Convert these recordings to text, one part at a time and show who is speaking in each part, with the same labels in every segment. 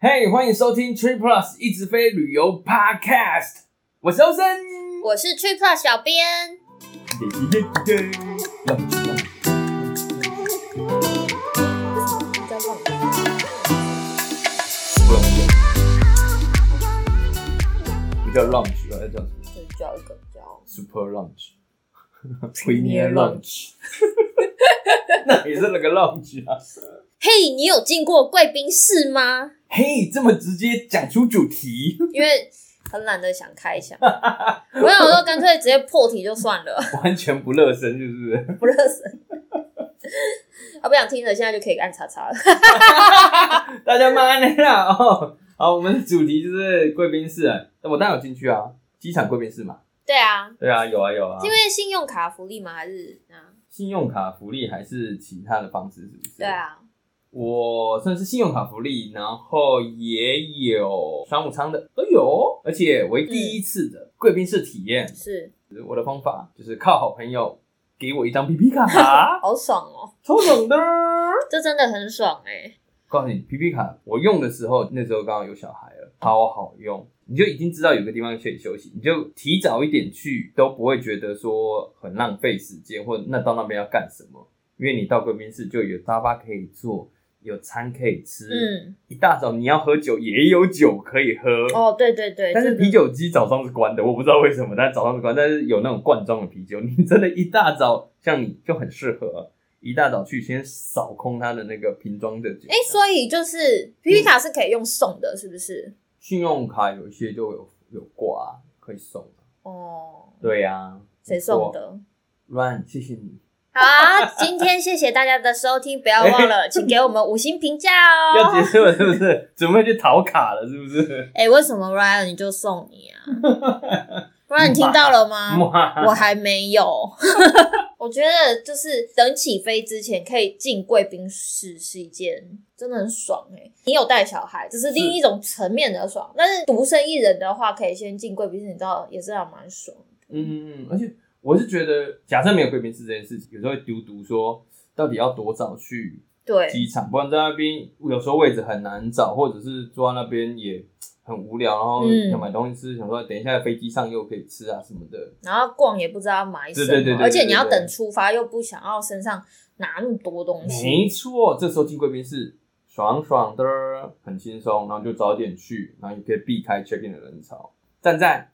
Speaker 1: 嘿欢迎收听 Tree Plus 一直飞旅游 Podcast，我是欧森。
Speaker 2: 我是 Tree Plus 小编，
Speaker 1: 不叫 lunch，要叫什么
Speaker 2: 就叫一个叫
Speaker 1: super lunch。Premier lunch，那也是那个 lunch 啊。
Speaker 2: 嘿，你有进过贵宾室吗？
Speaker 1: 嘿，这么直接讲出主题，
Speaker 2: 因为很懒得想开箱，我想说干脆直接破题就算了，
Speaker 1: 完全不热身，是不是？
Speaker 2: 不热身。啊，不想听的现在就可以按叉叉了。
Speaker 1: 大家慢安啦哦。好，我们的主题就是贵宾室啊，那我当然有进去啊，机场贵宾室嘛。
Speaker 2: 对啊，
Speaker 1: 对啊，有啊有啊
Speaker 2: 是。因为信用卡福利吗？还是啊？
Speaker 1: 信用卡福利还是其他的方式，是不是？
Speaker 2: 对。啊，
Speaker 1: 我算是信用卡福利，然后也有商务舱的都有，而且为
Speaker 2: 嗯
Speaker 1: 第一次的贵宾室体验，
Speaker 2: 是，
Speaker 1: 我的方法就是靠好朋友给我一张 PP 卡
Speaker 2: 好爽哦，
Speaker 1: 超爽的。
Speaker 2: 这真的很爽哎、
Speaker 1: 告诉你，PP 卡我用的时候，那时候刚好有小孩了，超好用。你就已经知道有个地方可以休息，你就提早一点去，都不会觉得说很浪费时间，或者那到那边要干什么？因为你到贵宾室就有沙发可以坐，有餐可以吃，
Speaker 2: 嗯，
Speaker 1: 一大早你要喝酒也有酒可以喝。
Speaker 2: 哦，对对对，
Speaker 1: 但是
Speaker 2: 真的
Speaker 1: 啤酒机早上是关的，我不知道为什么，但早上是关。但是有那种罐装的啤酒，你真的一大早像你就很适合，一大早去先扫空它的那个瓶装的酒。
Speaker 2: 哎、所以就是
Speaker 1: 嗯
Speaker 2: P P 卡是可以用送的，是不是？
Speaker 1: 信用卡有一些就有有挂、啊、可以送、啊。
Speaker 2: 哦，
Speaker 1: 对呀、啊，
Speaker 2: 谁送的？
Speaker 1: ？Run，谢谢你。
Speaker 2: 好啊，今天谢谢大家的收听，不要忘了，请给我们五星评价
Speaker 1: 要结
Speaker 2: 哦。
Speaker 1: 束了是不是？准备去逃卡了是不是？
Speaker 2: 哎、为什么 Ryan 你就送你啊？Ryan 你听到了吗？
Speaker 1: 哇，
Speaker 2: 我还没有。 我觉得就是等起飞之前可以进贵宾室是一件真的很爽哎、你有带小孩，这是另一种层面的爽。但是独身一人的话，可以先进贵宾室，你知道也是还蛮爽的。
Speaker 1: 嗯，嗯嗯，而且我是觉得，假设没有贵宾室这件事情，有时候会丢读说到底要多早去
Speaker 2: 对，
Speaker 1: 机场，不然在那边有时候位置很难找，或者是坐在那边也很无聊，然后
Speaker 2: 嗯
Speaker 1: 想买东西吃，想说等一下飞机上又可以吃啊什么的。
Speaker 2: 然后逛也不知道买什么，
Speaker 1: 对对对对对
Speaker 2: 而且你要
Speaker 1: 对对
Speaker 2: 等出发，又不想要身上拿那么多东西。
Speaker 1: 没错，这时候进贵宾室，爽爽的，很轻松，然后就早点去，然后也可以避开 check in 的人潮。赞赞，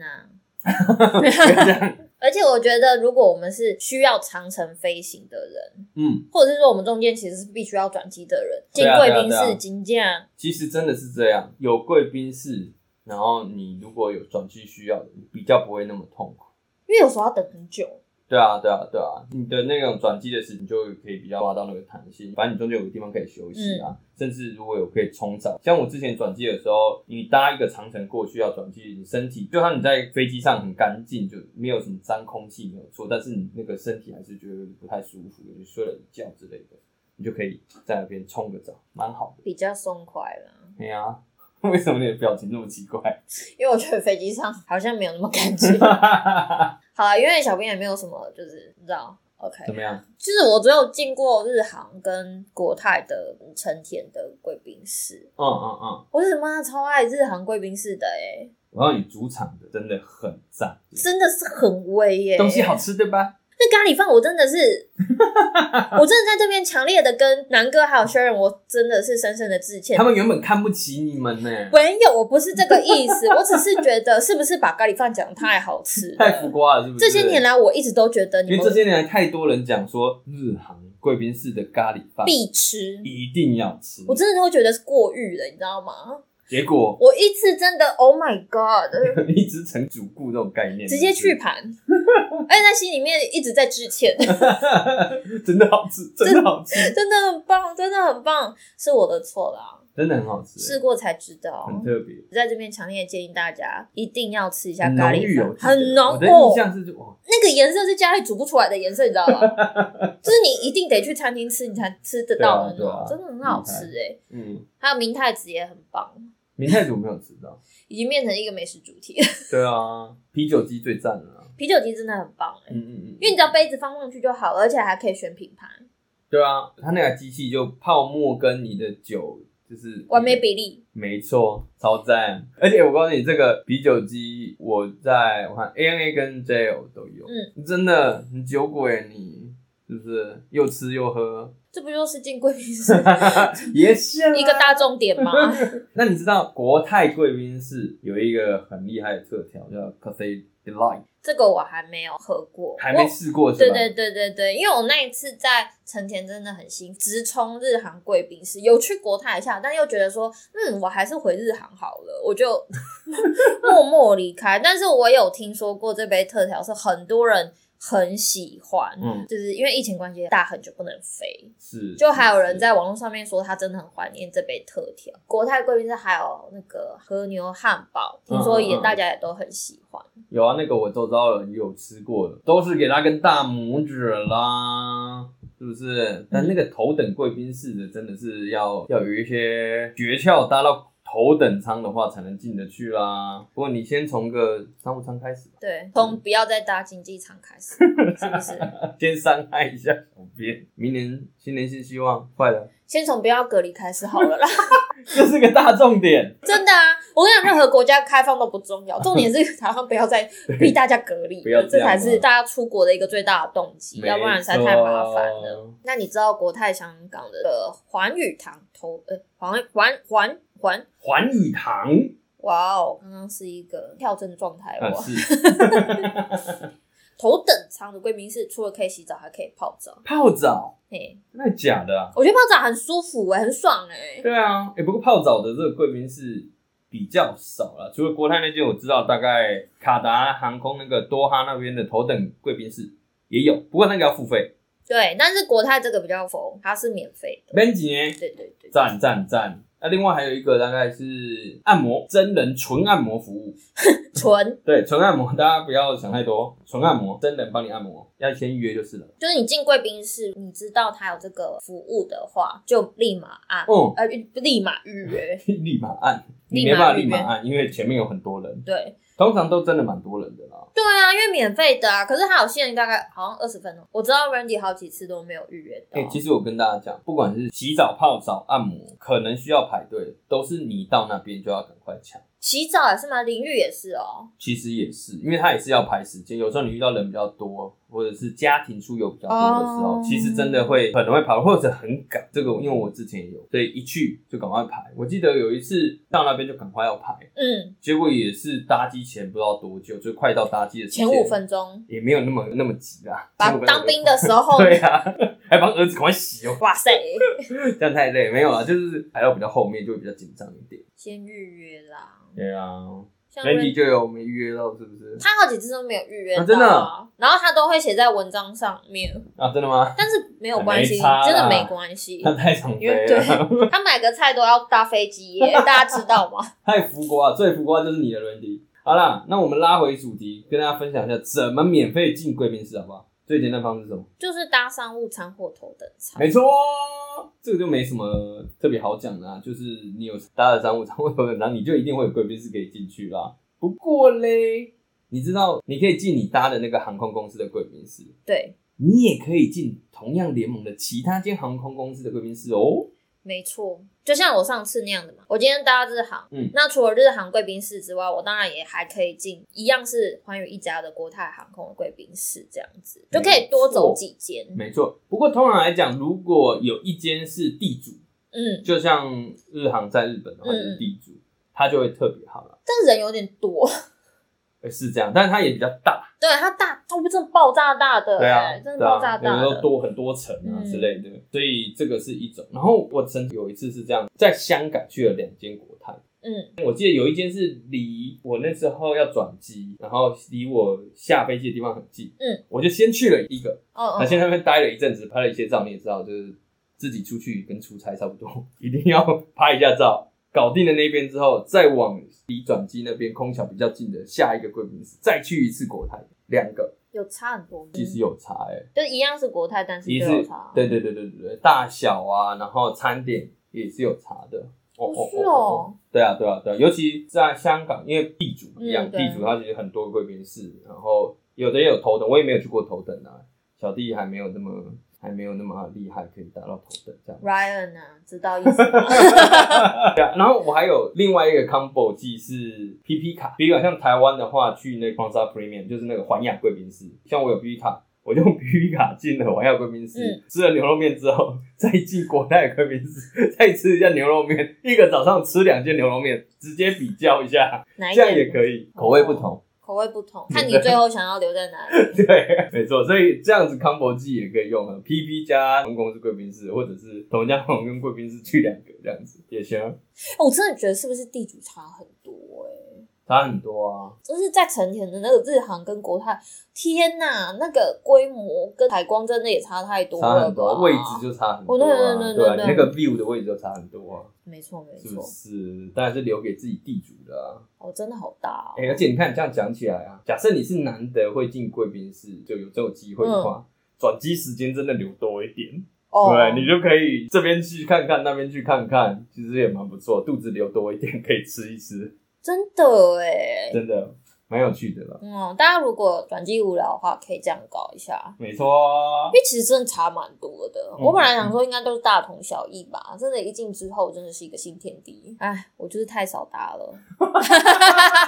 Speaker 2: 啊。
Speaker 1: 不要这样，
Speaker 2: 而且我觉得，如果我们是需要长程飞行的人，
Speaker 1: 嗯，
Speaker 2: 或者是说我们中间其实是必须要转机的人，进
Speaker 1: 对啊
Speaker 2: 贵宾
Speaker 1: 对啊对
Speaker 2: 室
Speaker 1: 啊
Speaker 2: 金价，
Speaker 1: 其实真的是这样，有贵宾室，然后你如果有转机需要的，你比较不会那么痛苦。
Speaker 2: 因为有时候要等很久。
Speaker 1: 对啊，对啊，对啊，你的那种转机的时间就可以比较抓到那个弹性，反正你中间有个地方可以休息啊，甚至如果有可以冲澡，像我之前转机的时候，你搭一个长程过去要转机，你身体就算你在飞机上很干净，就没有什么脏空气没有错，但是你那个身体还是觉得不太舒服，你睡了一觉之类的，你就可以在那边冲个澡，蛮好的。
Speaker 2: 比较松快啦，
Speaker 1: 对啊， 为什么你的表情那么奇怪？
Speaker 2: 因为我觉得飞机上好像没有那么 干净。好啦，因为小编也没有什么，就是你知道，OK，
Speaker 1: 怎么样？
Speaker 2: 就是我只有进过日航跟国泰的成田的贵宾室，
Speaker 1: 嗯嗯嗯，
Speaker 2: 我是妈超爱日航贵宾室的哎、
Speaker 1: 我告诉你，主场的真的很赞，
Speaker 2: 真的是很威耶、
Speaker 1: 东西好吃对吧？
Speaker 2: 那咖喱饭我真的是， 我真的在这边强烈的跟南哥还有 Sharon，我真的是深深的致歉
Speaker 1: 他。们原本看不起你们呢、
Speaker 2: 没有，我不是这个意思，我只是觉得是不是把咖喱饭讲太好吃
Speaker 1: 太浮
Speaker 2: 了？
Speaker 1: 夸了，是不是？
Speaker 2: 这些年，来，我一直都觉得你
Speaker 1: 因为这
Speaker 2: 们
Speaker 1: 些年来太多人讲说日航贵宾室的咖喱饭
Speaker 2: 必吃，
Speaker 1: 一定要吃，
Speaker 2: 我真的会觉得是过誉了，你知道吗？
Speaker 1: 结果
Speaker 2: 我一次真的，Oh my God，
Speaker 1: 一直成主顾这种概念，
Speaker 2: 直接去 盘，而且在心里面一直在致歉，
Speaker 1: 是不是， 真的好吃，真的好吃，
Speaker 2: 真的很棒，真的很棒，是我的错啦，
Speaker 1: 真的很好吃，
Speaker 2: 试过才知道，
Speaker 1: 很特别。
Speaker 2: 在这边强烈建议大家一定要吃一下
Speaker 1: 很
Speaker 2: 咖
Speaker 1: 浓郁
Speaker 2: 喱
Speaker 1: 有
Speaker 2: 饭，很浓
Speaker 1: 我的印
Speaker 2: 哦。
Speaker 1: 象是就哇，
Speaker 2: 那个颜色是家里煮不出来的颜色，你知 道吗？就是你一定得去餐厅吃，你才吃得到的那
Speaker 1: 对
Speaker 2: 种，
Speaker 1: 啊对啊
Speaker 2: 真的很好吃哎、
Speaker 1: 嗯，
Speaker 2: 还有明太子也很棒，
Speaker 1: 明太子我没有吃 到，
Speaker 2: 已经变成一个美食主题。
Speaker 1: 对啊，啤酒鸡最赞了啊，
Speaker 2: 啤酒鸡真的很棒哎、
Speaker 1: 嗯嗯嗯，
Speaker 2: 因为你只要杯子放上去就好了，而且还可以选品牌。
Speaker 1: 对啊，它那个机器就泡沫跟你的酒就是
Speaker 2: 完美比例，
Speaker 1: 没错，超赞！而且我告诉你，这个啤酒机我在我看 ANA 跟 JL 都有，嗯，真的你酒鬼你是不是又吃又 喝？
Speaker 2: 这不就是进贵宾室
Speaker 1: 也是啊
Speaker 2: 一个。大重点 吗？
Speaker 1: 那你知道国泰贵宾室有一个很厉害的特调叫 Cafe Delight，
Speaker 2: 这个我还没有喝过，
Speaker 1: 还没
Speaker 2: 我
Speaker 1: 试过是
Speaker 2: 对
Speaker 1: 吧？
Speaker 2: 对对对对，因为我那一次在成田真的很新，直冲日航贵宾室，有去国泰一下，但又觉得说，嗯，我还是回日航好了，我就 默默离开。但是我有听说过这杯特调是很多人很喜欢，
Speaker 1: 嗯，
Speaker 2: 就是因为疫情关系，大很久不能飞，
Speaker 1: 是。
Speaker 2: 就还有人
Speaker 1: 是
Speaker 2: 在网络上面说他真的很怀念这杯特调。国泰贵宾室还有那个和牛汉堡，听说也
Speaker 1: 嗯嗯嗯
Speaker 2: 大家也都很喜欢。
Speaker 1: 有啊，那个我周遭的人有吃过的，都是给他跟大拇指啦，是不是？但那个头等贵宾室的真的是要要有一些诀窍，搭到头等舱的话才能进得去啦。不过你先从个商务舱开始吧，
Speaker 2: 对，从不要再搭经济舱开始，是不是？
Speaker 1: 先伤害一下小编。明年新年新希望，快了，
Speaker 2: 先从不要隔离开始好了啦。
Speaker 1: 这是个大重点。
Speaker 2: 真的啊，我跟你讲，任何国家开放都不 重要，重点是台湾不要再逼大家隔离，
Speaker 1: 不要这
Speaker 2: 这
Speaker 1: 样嘛
Speaker 2: 才是大家出国的一个最大的动机，要不然实在太麻烦了。
Speaker 1: 没错。
Speaker 2: 那你知道国泰香港的呃环宇堂投呃环环环环？
Speaker 1: 环宇堂
Speaker 2: 哇哦，刚刚是一个跳针状态
Speaker 1: 啊，
Speaker 2: 哇！
Speaker 1: 是
Speaker 2: 头等舱的贵宾室除了可以洗澡，还可以泡澡。
Speaker 1: 泡澡，
Speaker 2: 嘿，
Speaker 1: 真的假的啊？
Speaker 2: 我觉得泡澡很舒服哎、很爽哎、
Speaker 1: 对啊，哎、不过泡澡的这个贵宾室比较少了，除了国泰那间我知道，大概卡达航空那个多哈那边的头等贵宾室也有，不过那个要付费。
Speaker 2: 对，但是国泰这个比较佛，它是免费的。
Speaker 1: 边几年，
Speaker 2: 对对对，
Speaker 1: 赞赞赞！那另外还有一个大概是按摩真人纯按摩服务，
Speaker 2: 纯
Speaker 1: 对纯按摩，大 家不要想太多，纯按摩真人帮你按摩，要先预约就是了。
Speaker 2: 就是你进贵宾室，你知道他有这个服务的话，就立马按，
Speaker 1: 嗯，
Speaker 2: 呃，不立马预约。
Speaker 1: 立马按，你没
Speaker 2: 立马
Speaker 1: 办法
Speaker 2: 预
Speaker 1: 立马
Speaker 2: 约
Speaker 1: 按，因为前面有很多人，
Speaker 2: 对
Speaker 1: 通常都真的蛮多人的啦。
Speaker 2: 对啊，因为免费的啊，可是它有限，大概好像二十分钟。我知道 Randy 好几次都没有预约到。
Speaker 1: 哎、其实我跟大家讲，不管是洗澡、泡澡、按摩，可能需要排队，都是你到那边就要赶快抢。
Speaker 2: 洗澡也是吗？淋浴也是哦。
Speaker 1: 其实也是，因为它也是要排时间。有时候你遇到人比较多，或者是家庭出游比较多的时候
Speaker 2: 哦
Speaker 1: 其实真的会可能会排，或者很赶。这个因为我之前也有，所以一去就赶快排。我记得有一次到那边就赶快要排，
Speaker 2: 嗯，
Speaker 1: 结果也是搭机前不知道多久，就快到搭机的时间
Speaker 2: 前五分钟，
Speaker 1: 也没有那么那么急啦。
Speaker 2: 把
Speaker 1: 前五分钟
Speaker 2: 当兵的时候，
Speaker 1: 对啊，还帮儿子赶快洗哦。
Speaker 2: 哇塞，
Speaker 1: 这样太累，没有啊，就是排到比较后面就会比较紧张一点。
Speaker 2: 先预约啦。
Speaker 1: 对啊
Speaker 2: 像
Speaker 1: ，Randy
Speaker 2: Randy，
Speaker 1: 就有没预约到，是不是？
Speaker 2: 他好几次都没有预约到、
Speaker 1: 啊真的
Speaker 2: 然后他都会写在文章上面，
Speaker 1: 啊，真的吗？
Speaker 2: 但是没有关系，
Speaker 1: 没差啦
Speaker 2: 真的没关系。
Speaker 1: 他太常
Speaker 2: 因
Speaker 1: 飞
Speaker 2: 为对
Speaker 1: 了，
Speaker 2: 他买个菜都要搭飞机耶，大家知道吗？
Speaker 1: 太浮夸，最浮夸就是你的 Randy。好啦，那我们拉回主题，跟大家分享一下怎么免费进贵宾室，好不好？最简单方式是什么？
Speaker 2: 就是搭商务舱或头等舱。
Speaker 1: 没错，哦这个就没什么特别好讲的、啊，就是你有搭了商务舱或者然后你就一定会有贵宾室可以进去啦。不过嘞，你知道你可以进你搭的那个航空公司的贵宾室，
Speaker 2: 对，
Speaker 1: 你也可以进同样联盟的其他间航空公司的贵宾室哦。
Speaker 2: 没错，就像我上次那样的嘛。我今天搭日航，
Speaker 1: 嗯
Speaker 2: 那除了日航贵宾室之外，我当然也还可以进一样是寰宇一家的国泰航空的贵宾室，这样子就可以多走几间。
Speaker 1: 没错，不过通常来讲，如果有一间是地主，
Speaker 2: 嗯，
Speaker 1: 就像日航在日本的话
Speaker 2: 嗯
Speaker 1: 就是地主，它就会特别好了。
Speaker 2: 但人有点多，
Speaker 1: 呃是这样，但是它也比较大，
Speaker 2: 对它大，它不真的爆炸大的、
Speaker 1: 对啊，
Speaker 2: 哎真的
Speaker 1: 对
Speaker 2: 爆炸
Speaker 1: 啊，
Speaker 2: 大
Speaker 1: 有时候
Speaker 2: 的。
Speaker 1: 多很多层啊
Speaker 2: 嗯
Speaker 1: 之类的，所以这个是一种。然后我曾有一次是这样，在香港去了两间国泰，
Speaker 2: 嗯
Speaker 1: 我记得有一间是离我那时候要转机，然后离我下飞机的地方很近，
Speaker 2: 嗯，
Speaker 1: 我就先去了一个，
Speaker 2: 哦
Speaker 1: 那
Speaker 2: 哦，
Speaker 1: 先在那边待了一阵子，拍了一些照，你也知道，就是自己出去跟出差差不多， 一定要拍一下照。搞定了那边之后，再往离转机那边空桥比较近的下一个贵宾室，再去一次国泰，两个
Speaker 2: 有差很多吗，
Speaker 1: 其实有差哎、
Speaker 2: 就一样是国泰，但是
Speaker 1: 一
Speaker 2: 就
Speaker 1: 次
Speaker 2: 嗯有差。
Speaker 1: 对对对对对对，大小啊，然后餐点也是有差的。哦
Speaker 2: 哦是哦，
Speaker 1: 对啊，对啊，对啊，尤其在香港，因为地主嘛一样，
Speaker 2: 嗯对
Speaker 1: 地主它其实很多贵宾室，然后有的也有头等，我也没有去过头等啊，小弟还没有那么还没有那么厉害，可以达到头等这样。
Speaker 2: Ryan 啊，知道意思吗？
Speaker 1: 对啊，然后我还有另外一个 combo 技是 PP 卡，PP 卡像台湾的话，去那 p o n s a Premium 就是那个环亚贵宾室，像我有 PP 卡。我用 PP 卡进了环亚贵宾室，
Speaker 2: 嗯
Speaker 1: 吃了牛肉面之后，再进国泰贵宾室，再吃一下牛肉面，一个早上吃两间牛肉面，直接比较一下，
Speaker 2: 哪一
Speaker 1: 这样也
Speaker 2: 点
Speaker 1: 可以，口味不同。
Speaker 2: 口味不同，看你最后想要留在哪里。
Speaker 1: 对，没错，所以这样子 combo 技也可以用啊，PP 加同公司贵宾室，或者是同一家航空跟贵宾室去两个这样子也行啊，
Speaker 2: 哦我真的觉得是不是地主差很多哎、
Speaker 1: 差很多啊。
Speaker 2: 就是在成田的那个日航跟国泰，天呐，那个规模跟海光真的也差太多
Speaker 1: 差
Speaker 2: 了
Speaker 1: 很
Speaker 2: 吧？
Speaker 1: 多，位置就差很多、啊，
Speaker 2: 哦对对对对
Speaker 1: 对啊
Speaker 2: 对
Speaker 1: 你那个 view 的位置就差很多、啊，
Speaker 2: 没错没
Speaker 1: 是不
Speaker 2: 错，
Speaker 1: 是？当然是留给自己地主的啊。
Speaker 2: 哦，真的好大哦。
Speaker 1: 哎、而且你看你这样讲起来啊，假设你是难得会进贵宾室，就有这种机会的
Speaker 2: 嗯
Speaker 1: 话，转机时间真的留多一点，
Speaker 2: 哦，
Speaker 1: 对，你就可以这边去看看，那边去看看，其实也蛮不错，肚子留多一点可以吃一吃，
Speaker 2: 真的哎、
Speaker 1: 真的蛮有趣的啦。
Speaker 2: 嗯，大家如果转机无聊的话，可以这样搞一下。
Speaker 1: 没错啊
Speaker 2: 因，为其实真的差蛮多的。
Speaker 1: 嗯
Speaker 2: 我本来想说应该都是大同小异吧，真的，一进之后真的是一个新天地。哎，我就是太少搭 了。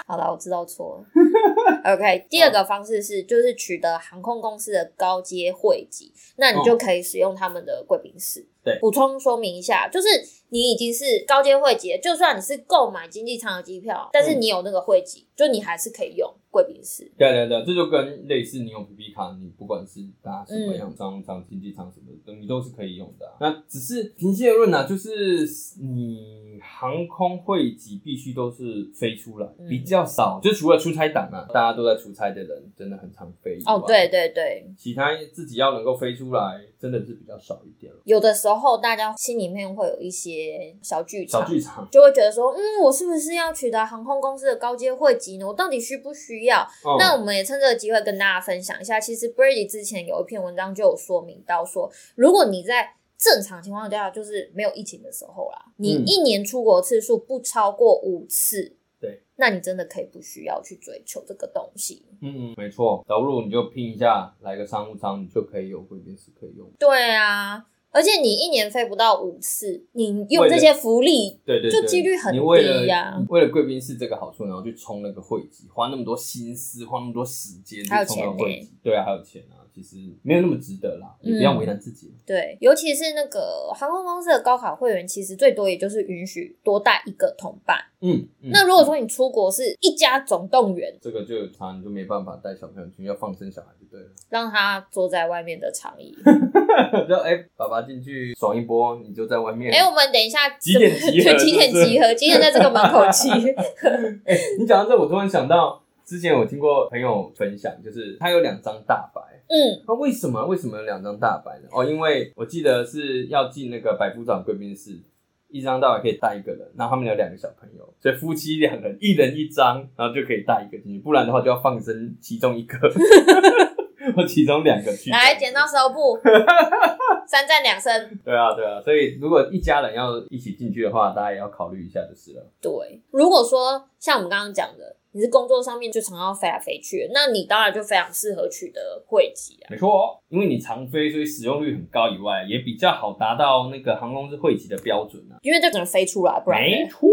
Speaker 2: 好了，我知道错了。OK，第 二个方式是就是取得航空公司的高阶会籍，那你就可以使用他们的贵宾室。
Speaker 1: 哦对
Speaker 2: 补充说明一下，就是你已经是高阶会籍了，就算你是购买经济舱的机票，但是
Speaker 1: 嗯
Speaker 2: 你有那个会籍，就你还是可以用贵宾室。
Speaker 1: 对对对，这就跟类似你用 PP 卡，你不管是搭什么样商务舱、经济舱什么的，你都是可以用的啊、那只是平心而论啊，就是你航空会籍必须都是飞出来，
Speaker 2: 嗯
Speaker 1: 比较少，就除了出差党啊，大家都在出差的人真的很常飞。
Speaker 2: 哦，对，对对，
Speaker 1: 其他自己要能够飞出来，真的是比较少一点了。
Speaker 2: 有的时候大家心里面会有一些小剧场，
Speaker 1: 小剧场，
Speaker 2: 就会觉得说，嗯，我是不是要取得航空公司的高阶会籍呢？我到底需不需要？
Speaker 1: 嗯、
Speaker 2: 那我们也趁这个机会跟大家分享一下，其实 Brady 之前有一篇文章就有说明到说，如果你在正常情况下，就是没有疫情的时候啦，你
Speaker 1: 嗯
Speaker 2: 一年出国次数不超过五次，
Speaker 1: 对，
Speaker 2: 那你真的可以不需要去追求这个东西。
Speaker 1: 嗯，没错，假如你就拼一下，来个商务舱，你就可以有贵宾室可以用。
Speaker 2: 对啊，而且你一年飞不到五次，你用
Speaker 1: 为了
Speaker 2: 这些福利
Speaker 1: 对对，
Speaker 2: 就
Speaker 1: 对
Speaker 2: 几率很
Speaker 1: 你为
Speaker 2: 低呀
Speaker 1: 了为了贵宾室这个好处，然后去冲那个会籍，花那么多心思，花那么多时间去
Speaker 2: 还有
Speaker 1: 冲那个
Speaker 2: 钱
Speaker 1: 会
Speaker 2: 呢嗯
Speaker 1: 籍，对啊，还有钱啊，其实没有那么值得啦，也不要为难自己。
Speaker 2: 对，尤其是那个航空公司的高考会员，其实最多也就是允许多带一个同伴。
Speaker 1: 嗯，嗯
Speaker 2: 那如果说你出国是一家总动员，
Speaker 1: 这个就有差，你就没办法带小朋友去，要放生小孩就对
Speaker 2: 让他坐在外面的长椅。
Speaker 1: 嗯了。就哎、爸爸进去爽一波，你就在外面。
Speaker 2: 哎、我们等一下
Speaker 1: 几点集合
Speaker 2: 对几点
Speaker 1: 是不是
Speaker 2: 集合？今天在这个门口集。
Speaker 1: 哎、你讲到这，我突然想到，之前我听过朋友分享，就是他有两张大白。
Speaker 2: 嗯，
Speaker 1: 那、为什么为什么有两张大白呢？哦，因为我记得是要进那个百夫长贵宾室，一张大白可以带一个人，然后他们有两个小朋友，所以夫妻两人一人一张，然后就可以带一个进去，不然的话就要放生其中 一个或其中两个去。
Speaker 2: 来，剪刀石头 布，三战两胜。
Speaker 1: 对啊，对啊，所以如果一家人要一起进去的话，大家也要考虑一下就是了。
Speaker 2: 对，如果说像我们刚刚讲的，你是工作上面就常要飞来飞去的，那你当然就非常适合取得会籍啊。
Speaker 1: 没错、哦，因为你常飞，所以使用率很高以外，也比较好达到那个航空公司会籍的标准啊。
Speaker 2: 因为这只能飞出来，不然嘞
Speaker 1: 没错。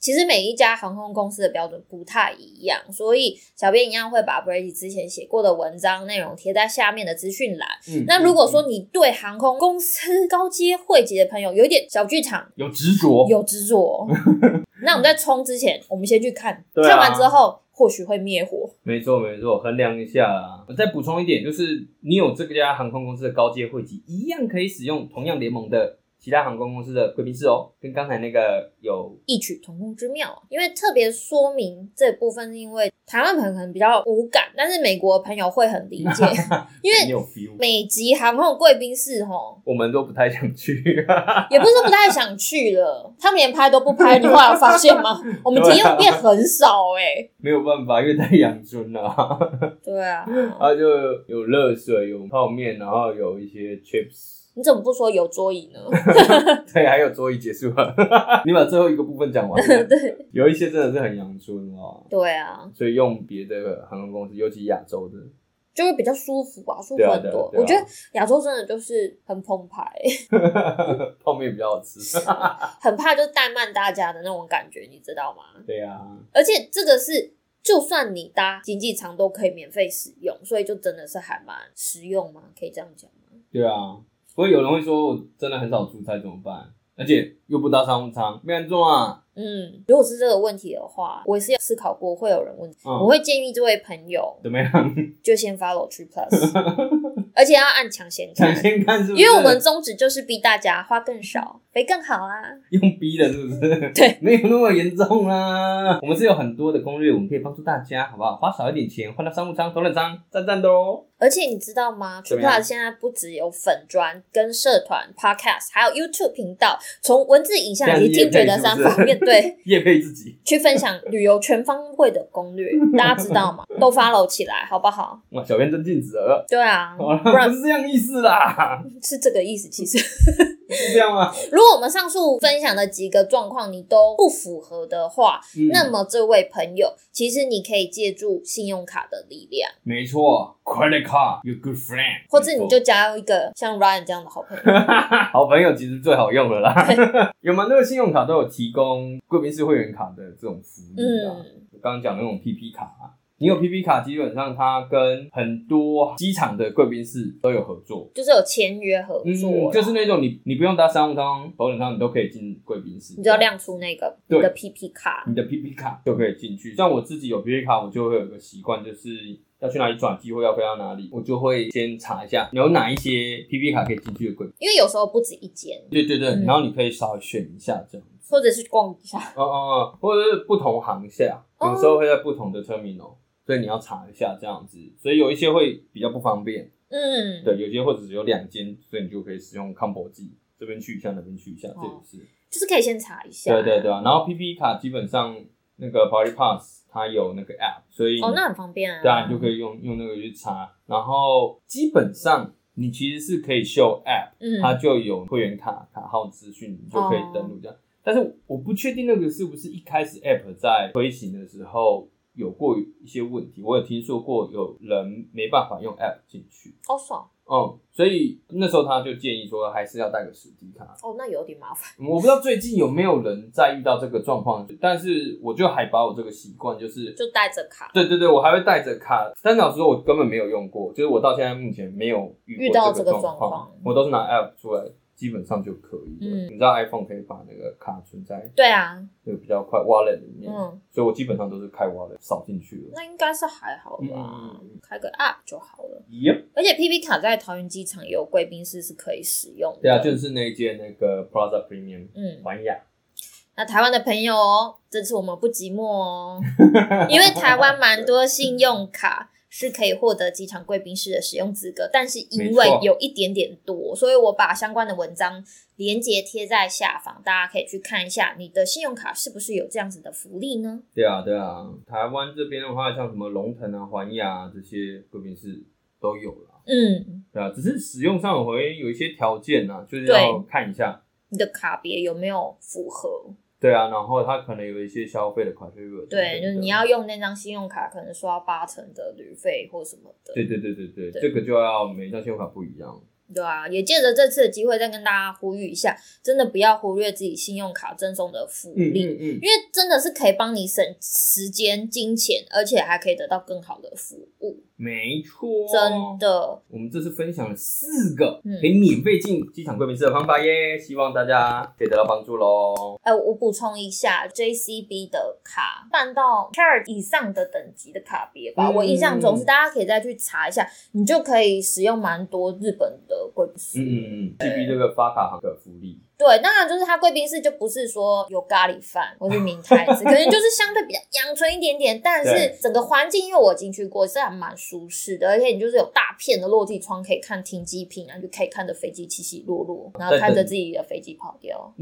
Speaker 2: 其实每一家航空公司的标准不太一样，所以小编一样会把 Brady 之前写过的文章内容贴在下面的资讯栏。
Speaker 1: 嗯
Speaker 2: 那如果说你对航空公司高阶会籍的朋友有一点小剧场、
Speaker 1: 嗯有执着，
Speaker 2: 有 执着，哦那我们在冲之前，我们先去看，
Speaker 1: 对啊
Speaker 2: 看完之后或许会灭火。
Speaker 1: 没错没错，衡量一下啦。我再补充一点，就是你有这家航空公司的高阶会籍，一样可以使用同样联盟的其他航空公司的贵宾室哦，跟刚才那个有
Speaker 2: 异曲同工之妙啊，因为特别说明这部分是因为台湾朋友可能比较无感，但是美国朋友会很理 解，因
Speaker 1: 很
Speaker 2: 为
Speaker 1: 有 feel，
Speaker 2: 美籍航空贵宾室吼，
Speaker 1: 我们都不太想去。
Speaker 2: 也不是说不太想去了，他们连拍都不拍，你后来有发现 吗？我们体验变很少哎、
Speaker 1: 没有办法，因为太阳春了、
Speaker 2: 对啊，
Speaker 1: 然后就有热水，有泡面，然后有一些 chips，
Speaker 2: 你怎么不说有 桌椅呢？
Speaker 1: 对，还有桌椅结束了。 你把最后一个部分 讲完了，对，有一些真的是很阳春哦，
Speaker 2: 对啊，
Speaker 1: 所以用别的航空公司，尤其亚洲的，
Speaker 2: 就会比较舒服吧，舒服
Speaker 1: 对啊
Speaker 2: 很多。
Speaker 1: 对啊对啊
Speaker 2: 我觉得亚洲真的就是很澎湃、
Speaker 1: 泡面比较好吃。
Speaker 2: 很怕就怠慢大家的那种感觉，你知道吗？
Speaker 1: 对啊，
Speaker 2: 而且这个是。就算你搭经济舱都可以免费使用，所以就真的是还蛮实用嘛，可以这样讲吗？
Speaker 1: 对啊。不过有人会说，我真的很少出差怎么办？而且又不搭商务舱，没人做啊。
Speaker 2: 嗯，如果是这个问题的话，我也是有思考过会有人问，
Speaker 1: 嗯
Speaker 2: 我会建议这位朋友
Speaker 1: 怎么样？
Speaker 2: 就先 follow Tree Plus，而且要按抢先
Speaker 1: 想
Speaker 2: 看，
Speaker 1: 先看是不是？
Speaker 2: 因为我们宗旨就是逼大家花更少，肥更好啊。
Speaker 1: 用逼的，是不是？
Speaker 2: 对，
Speaker 1: 没有那么严重啦。我们是有很多的攻略，我们可以帮助大家，好不好？花少一点钱换到商务舱、头等舱，赞赞的哦。
Speaker 2: 而且你知道吗
Speaker 1: 怎么
Speaker 2: ？Tree
Speaker 1: 样
Speaker 2: Plus 现在不只有粉砖、跟社团、Podcast，还有 YouTube 频道，从文字、影像以及听觉的三方面，对，
Speaker 1: 夜配自己，
Speaker 2: 去分享旅游全方位的攻 略，大家知道吗？都 follow 起来，好不好？
Speaker 1: 哇，小编真尽职了。
Speaker 2: 对啊，
Speaker 1: 好了，
Speaker 2: 不然
Speaker 1: 不是这样意思啦，
Speaker 2: 是这个意思，其实。
Speaker 1: 是这样吗？
Speaker 2: 如果我们上述分享的几个状况你都不符合的话，
Speaker 1: 嗯
Speaker 2: 那么这位朋友，其实你可以借助信用卡的力量，
Speaker 1: 没错，credit card your good friend，
Speaker 2: 或者你就加入一个像 Ryan 这样的好朋友。
Speaker 1: 好朋友其实最好用了 啦。有蛮多的信用卡都有提供贵宾室会员卡的这种服务啊。
Speaker 2: 嗯，
Speaker 1: 我刚刚讲的那种 PP 卡啊，你有 PP 卡，基本上它跟很多机场的贵宾室都有合作。
Speaker 2: 就是有签约合作啦、
Speaker 1: 嗯，就是那种你你不用搭商务舱、头等舱，你都可以进贵宾室。
Speaker 2: 你就要亮出那个你
Speaker 1: 对
Speaker 2: 的 PP 卡。
Speaker 1: 你的 PP 卡就可以进去。像我自己有 PP 卡，我就会有个习惯，就是要去哪里转机或要飞到哪里，我就会先查一下有哪一些 PP 卡可以进去的贵宾。
Speaker 2: 因为有时候不止一间，
Speaker 1: 对对对，
Speaker 2: 嗯
Speaker 1: 然后你可以稍微选一下这样子。
Speaker 2: 或者是逛一下。
Speaker 1: 哦哦，哦或者是不同航下，
Speaker 2: 哦
Speaker 1: 有时候会在不同的 terminal，所以你要查一下这样子。所以有一些会比较不方便，
Speaker 2: 嗯，
Speaker 1: 对，有些或者只有两间，所以你就可以使用 combo 机，这边去一下，那边去一下，这也是。
Speaker 2: 就是可以先查一下。
Speaker 1: 对对对啊，然后 PP 卡基本上那个 Party Pass 它有那个 app，所以
Speaker 2: 哦，那很方便啊。
Speaker 1: 对啊，你就可。以用用那个去查。然后基本上你其实是可以秀 app，、
Speaker 2: 嗯，
Speaker 1: 它就有会员卡卡号资讯，你就可以登录这样。但是我不确定那个是不是一开始 app 在推行的时候有过一些问题，我有听说过有人没办法用 app 进去。
Speaker 2: 好哦爽
Speaker 1: 嗯，所以那时候他就建议说，还是要带个实体卡。嗯
Speaker 2: 哦，那有点麻烦。
Speaker 1: 我不知道最近有没有人在遇到这个状况，但是我就还把我这个习惯，就是
Speaker 2: 就带着卡
Speaker 1: 对对对，我还会带着卡。但老实说，我根本没有用过，就是我到现在目前没有遇过
Speaker 2: 遇到
Speaker 1: 这
Speaker 2: 这
Speaker 1: 个
Speaker 2: 个
Speaker 1: 状
Speaker 2: 状况
Speaker 1: 我都是拿 app 出来，基本上就可以了。
Speaker 2: 嗯
Speaker 1: 你知道 iPhone 可以把那个卡存在
Speaker 2: 对啊，
Speaker 1: 那个比较快 wallet 里面，
Speaker 2: 嗯，
Speaker 1: 所以我基本上都是开 wallet 扫进去了。
Speaker 2: 那应该是还好吧，
Speaker 1: 嗯
Speaker 2: 开个 app 就好了。
Speaker 1: Yep，
Speaker 2: 而且 PP 卡在桃园机场也有贵宾室是可以使用的。
Speaker 1: 对啊，就是那一件那个 Plaza Premium
Speaker 2: 嗯，
Speaker 1: 环亚，
Speaker 2: 那台湾的朋友哦，这次我们不寂寞哦， 因为台湾蛮多信用卡。是可以获得机场贵宾室的使用资格，但是因为
Speaker 1: 没错
Speaker 2: 有一点点多，所以我把相关的文章连接贴在下方，大家可以去看一下，你的信用卡是不是有这样子的福利呢？
Speaker 1: 对啊，对啊，台湾这边的话，像什么龙腾啊、环亚啊这些贵宾室都有啦。
Speaker 2: 嗯，
Speaker 1: 对啊，只是使用上我会有一些条件啊，就是要
Speaker 2: 对
Speaker 1: 看一下。
Speaker 2: 你的卡别有没有符合？
Speaker 1: 对啊，然后它可能有一些消费的 criteria 等等的。
Speaker 2: 对，就是你要用那张信用卡，可能刷八成的旅费或什么的。
Speaker 1: 对。对对对对，
Speaker 2: 对
Speaker 1: 这个就要每一张信用卡不一样。
Speaker 2: 对啊，也借着这次的机会再跟大家呼吁一下，真的不要忽略自己信用卡赠送的福利，
Speaker 1: 嗯
Speaker 2: 因为真的是可以帮你省时间、金钱，而且还可以得到更好的服务，
Speaker 1: 没错。
Speaker 2: 真。的。
Speaker 1: 我们这次分享了四个
Speaker 2: 嗯
Speaker 1: 可以免费进机场贵宾室的方法耶，希望大家可以得到帮助喽。
Speaker 2: 呃，我补充一下，JCB 的卡办到 Card 以上的等级的卡别吧，
Speaker 1: 嗯
Speaker 2: 我印象中是大家可以再去查一下，你就可以使用蛮多日本的贵宾室。
Speaker 1: 嗯嗯嗯，GB 这个发卡行的福利，
Speaker 2: 对，当然就是它贵宾室就不是说有咖喱饭或是明太子，可能就是相对比较阳春一点点，但
Speaker 1: 对
Speaker 2: 是整个环境，因为我进去过，是还蛮舒适的，而且你就是有大片的落地窗可以看停机坪，啊然后就可以看着飞机起起落落，然后
Speaker 1: 对
Speaker 2: 看着
Speaker 1: 对
Speaker 2: 自己的飞机跑掉，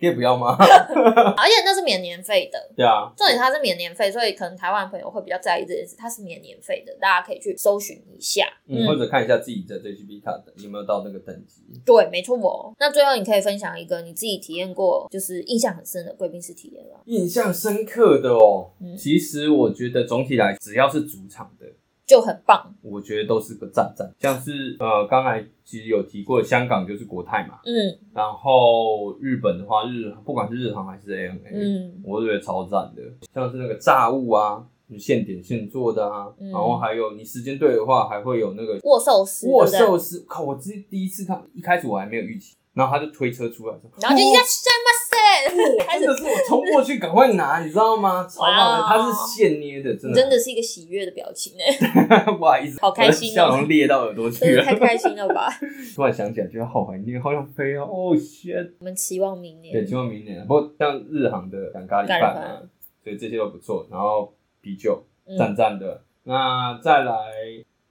Speaker 1: 可以不要 吗？
Speaker 2: 而且那是免年费的。
Speaker 1: 对啊，
Speaker 2: 重点它是免年费，所以可能台湾朋友会比较在意这件事，它是免年费的，大家可以去搜寻一下。
Speaker 1: 嗯，或者看一下自己的 JGB 卡的有没有到那个等级。
Speaker 2: 对，没错哦。那最后你可以分享一个你自己体验过，就是印象很深的贵宾室体验了。
Speaker 1: 印象深刻的哦，
Speaker 2: 嗯
Speaker 1: 其实我觉得总体来，只要是主场的，
Speaker 2: 就很棒。
Speaker 1: 我觉得都是个赞赞。像是呃，刚才其实有提过，香港就是国泰嘛，
Speaker 2: 嗯
Speaker 1: 然后日本的话，日不管是日航还是 ANA，、
Speaker 2: 嗯
Speaker 1: 我都觉得超赞的。像是那个炸物啊，你现点现做的啊，
Speaker 2: 嗯
Speaker 1: 然后还有你时间对的话，还会有那个
Speaker 2: 握寿司，
Speaker 1: 握
Speaker 2: 对不
Speaker 1: 寿司。靠，我之第一次看，一开始我还没有预期，然后他就推车出来，
Speaker 2: 对然后就一下什么塞，开
Speaker 1: 真
Speaker 2: 始
Speaker 1: 的是我冲过去赶快拿，你知道吗？超好的，
Speaker 2: 哇
Speaker 1: 它是现捏的，真
Speaker 2: 你
Speaker 1: 的。
Speaker 2: 真的是一个喜悦的表情哎，
Speaker 1: 不好意思，
Speaker 2: 好开心
Speaker 1: 我
Speaker 2: 哦
Speaker 1: 的笑容裂到耳朵去
Speaker 2: 真的
Speaker 1: 了。
Speaker 2: 太开心了吧！
Speaker 1: 突然想起来，觉得好怀念，好想飞哦。哦、shit！
Speaker 2: 我们期望明
Speaker 1: 对，
Speaker 2: 年
Speaker 1: 希望明年啊。不过像日航的港咖喱饭
Speaker 2: 咖喱嗯
Speaker 1: 啊，所以这些都不错。然后啤酒，赞赞的。那再来，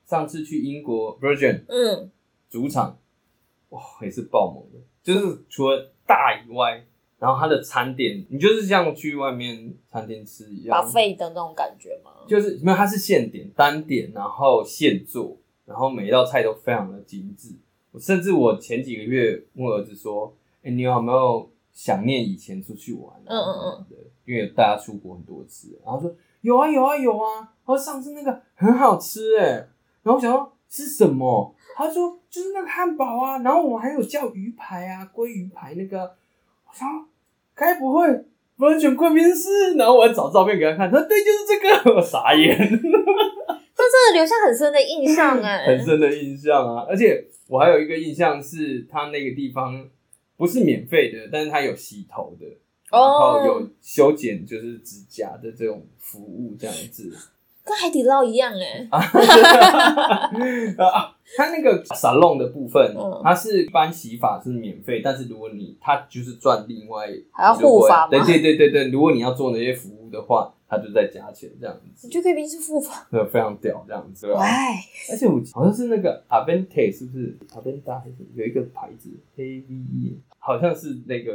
Speaker 1: 上次去英国 Virgin
Speaker 2: 嗯
Speaker 1: 主场，哇，也是爆猛的。就是除了大以外，然后它的餐点，你就是像去外面餐厅吃一样
Speaker 2: 把，费的那种感觉吗？
Speaker 1: 就是没有，它是现点单点，然后现做，然后每一道菜都非常的精致。我甚至我前几个月问儿子说：“哎、你有没有想念以前出去玩、啊？”
Speaker 2: 嗯嗯
Speaker 1: 嗯，因为大家出国很多次，然后说有啊有啊有啊，然后上次那个很好吃哎、然后我想说是什么？他说就是那个汉堡啊，然后我还有叫鱼排啊，鲑鱼排那个，我想说该不会完全贵宾室？然后我还找照片给他看，他说对，就是这个，我傻眼，
Speaker 2: 但真的留下很深的印象 哎，
Speaker 1: 嗯很深的印象啊。而且我还有一个印象是，他那个地方不是免费的，但是他有洗头的，然
Speaker 2: 哦
Speaker 1: 后有修剪就是指甲的这种服务，这样子。
Speaker 2: 跟海底捞一样哎、
Speaker 1: 啊，它那个沙龙的部分
Speaker 2: 嗯，
Speaker 1: 它是一般洗发是免费，但是如果你它就是赚另外
Speaker 2: 还要护发吗
Speaker 1: 对对对对对，如果你要做那些服务的话，它就再加钱这样子
Speaker 2: 你，去贵宾室付款，
Speaker 1: 对，非常屌这样子。对吧啊
Speaker 2: 哎，
Speaker 1: 而且我好像是那个 Avente 是不是 Aventa 还是有一个牌子 A V E，好像是那个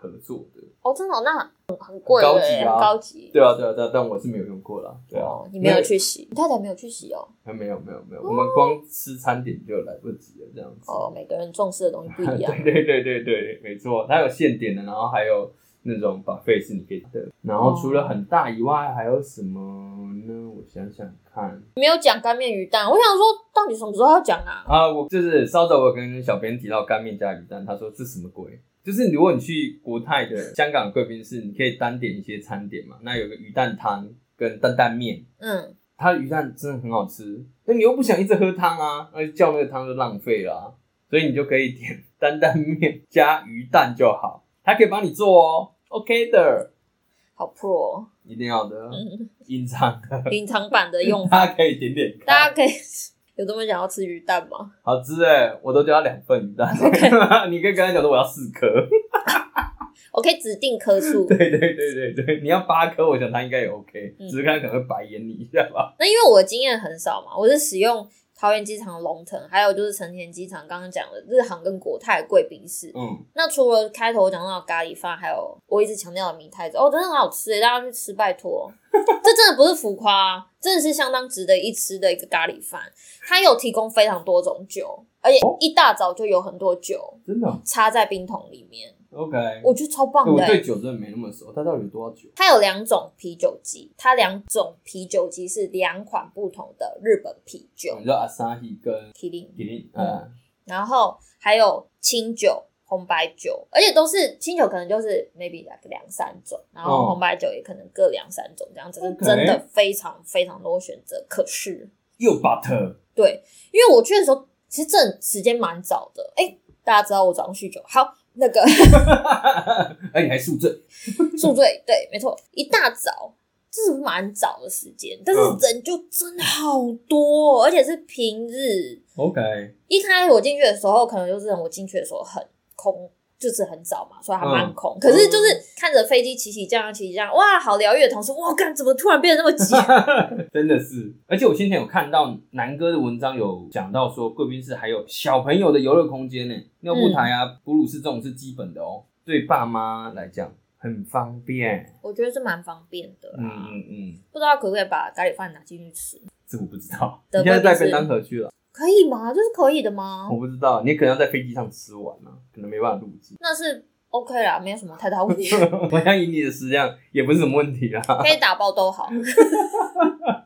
Speaker 1: 合作的，
Speaker 2: 哦，真的哦、那很很贵
Speaker 1: 很
Speaker 2: 的
Speaker 1: 高级
Speaker 2: 欸，
Speaker 1: 啊
Speaker 2: 很高级。
Speaker 1: 对啊对啊对啊，但我是没有用过啦，对啊
Speaker 2: 哦，，你没有去洗，你太太没有去洗哦。
Speaker 1: 那个？没有没有没有，我们光吃餐点就来不及了这样子。
Speaker 2: 哦，每个人重视的东西不一样。
Speaker 1: 对对对对对，没错，它有现点的，然后还有那种 buffet 是你可以的。然后除了很大以外，还有什么呢？我想想看
Speaker 2: 没有讲干面鱼蛋，我想说，到底什么时候要讲啊？
Speaker 1: 啊，我就是稍早我跟小编提到干面加鱼蛋，他说这什么鬼？就是如果你去国泰的香港贵宾室，你可以单点一些餐点嘛，那有个鱼蛋汤跟担担面。
Speaker 2: 嗯，
Speaker 1: 它的鱼蛋真的很好吃，但你又不想一直喝汤啊，而且叫那个汤就浪费了、啊，所以你就可以点 担担面加鱼蛋就好，它可以帮你做哦，OK 的，
Speaker 2: 好 pro，哦
Speaker 1: 一定要的，
Speaker 2: 嗯，
Speaker 1: 隐藏的，
Speaker 2: 隐藏版的用法，
Speaker 1: 大家可以点点看，
Speaker 2: 大家可以有这么想要吃鱼蛋吗？
Speaker 1: 好吃哎、我都叫他两份鱼 蛋 你可以跟他讲说我要四颗，
Speaker 2: 我可以指定颗数，
Speaker 1: 对对对对对，你要八颗，我想他应该也 OK，
Speaker 2: 嗯
Speaker 1: 只是看可能会白眼你一下吧，
Speaker 2: 那因为我的经验很少嘛，我是使用桃园机场龙腾，还有就是成田机场刚刚讲的日航跟国泰的贵宾室。
Speaker 1: 嗯，
Speaker 2: 那除了开头我讲到的咖喱饭，还有我一直强调的明太子，哦，真的很好吃耶，大家去吃，拜托，这真的不是浮夸、啊，真的是相当值得一吃的一个咖喱饭。它有提供非常多种酒，而
Speaker 1: 哦
Speaker 2: 且一大早就有很多酒
Speaker 1: 真的
Speaker 2: 插在冰桶里面，
Speaker 1: OK，
Speaker 2: 我觉得超棒
Speaker 1: 对我欸
Speaker 2: 的耶、欸
Speaker 1: 对酒真的没那么熟，它到底有多少酒？
Speaker 2: 它有两种啤酒机，它两种啤酒机是两款不同的日本啤酒
Speaker 1: 你，知道 Asahi 跟
Speaker 2: 麒麟
Speaker 1: 麒麟，嗯。
Speaker 2: 然后还有清酒、红白酒，而且都是清酒，可能就是 maybe like 两三种，然后红白酒也可能各两三种这样子，是
Speaker 1: OK
Speaker 2: 真的非常非常多选择。可是，
Speaker 1: 又 butter，
Speaker 2: 对，因为我去的时候其实这时间蛮早的，哎，大家知道我早上酗酒，好，那个
Speaker 1: 哎，你还宿醉，
Speaker 2: 宿醉，对，没错，一大早。这是蛮早的时间，但是
Speaker 1: 嗯
Speaker 2: 人就真的好多哦、而且是平日，
Speaker 1: OK，
Speaker 2: 一开始我进去的时候，可能就是我进去的时候很空，就是很早嘛，所以还
Speaker 1: 嗯
Speaker 2: 蛮空。可是就是看着飞机起起降降起起降，哇，好疗愈的同时，哇，干怎么突然变得那么 急？
Speaker 1: 真的是。而且我先前有看到南哥的文章有讲到说，贵宾室还有小朋友的游乐空间呢，尿布台啊、哺乳室这种是基本的哦，对爸妈来讲很方便。
Speaker 2: 我觉得是蛮方便的
Speaker 1: 嗯
Speaker 2: 啦，
Speaker 1: 嗯嗯，
Speaker 2: 不知道可不可以把咖喱饭拿进去吃？
Speaker 1: 这我不知道，你
Speaker 2: 德
Speaker 1: 现
Speaker 2: 国
Speaker 1: 在带
Speaker 2: 就是
Speaker 1: 便当盒去了，
Speaker 2: 可以吗？这是可以的吗
Speaker 1: 哦我？不知道，你可能要在飞机上吃完啊，可能没办法入境。
Speaker 2: 那是 OK 啦，没有什么太大问题， 嗯
Speaker 1: 我想以你的食量，也不是什么问题啦。啊
Speaker 2: 可以打包都好。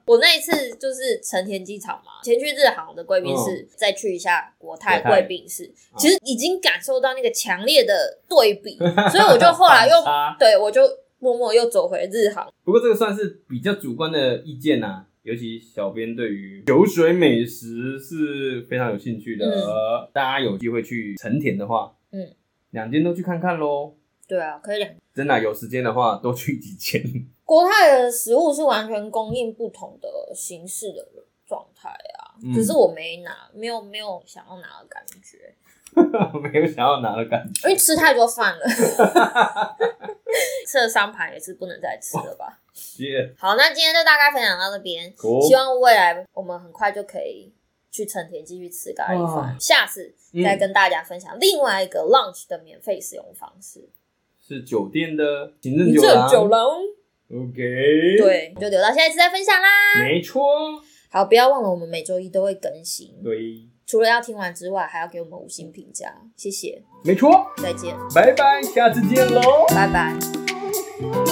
Speaker 2: 我那一次就是成田机场嘛，前去日航的贵宾室，再去一下国泰
Speaker 1: 嗯国泰嗯
Speaker 2: 贵宾室，其实已经感受到那个强烈的对 比，所以我就后来又
Speaker 1: 反差
Speaker 2: 对我就默默又走回日航。
Speaker 1: 不过这个算是比较主观的意见呐、尤其小编对于酒水美食是非常有兴趣的，
Speaker 2: 嗯
Speaker 1: 大家有机会去成田的话，
Speaker 2: 嗯，
Speaker 1: 两间都去看看喽。
Speaker 2: 对啊，可以两
Speaker 1: 真的啊、有时间的话多去几间。
Speaker 2: 国泰的食物是完全供应不同的形式的状态啊，
Speaker 1: 嗯
Speaker 2: 可是我没拿，没有没有想要拿的感觉，
Speaker 1: 嗯 没有想要拿的感
Speaker 2: 因为吃太多饭 了，吃了三盘也是不能再吃了吧。
Speaker 1: 觉。
Speaker 2: 好，那今天就大概分享到这边，
Speaker 1: 哦
Speaker 2: 希望未来我们很快就可以去成田继续吃咖喱饭
Speaker 1: 哇，
Speaker 2: 下次
Speaker 1: 嗯
Speaker 2: 再跟大家分享另外一个 lunch 的免费使用方式。
Speaker 1: 是酒店的行政
Speaker 2: 你
Speaker 1: 酒
Speaker 2: 这
Speaker 1: 廊。
Speaker 2: 酒廊，
Speaker 1: OK。，
Speaker 2: 对，就留到下一次再分享啦。
Speaker 1: 没错。
Speaker 2: 好，不要忘了我们每周一都会更新，
Speaker 1: 对，
Speaker 2: 除了要听完之外，还要给我们五星评价，谢谢，
Speaker 1: 没错。
Speaker 2: 再见，
Speaker 1: 拜拜，下次见喽。
Speaker 2: 拜拜。
Speaker 3: 「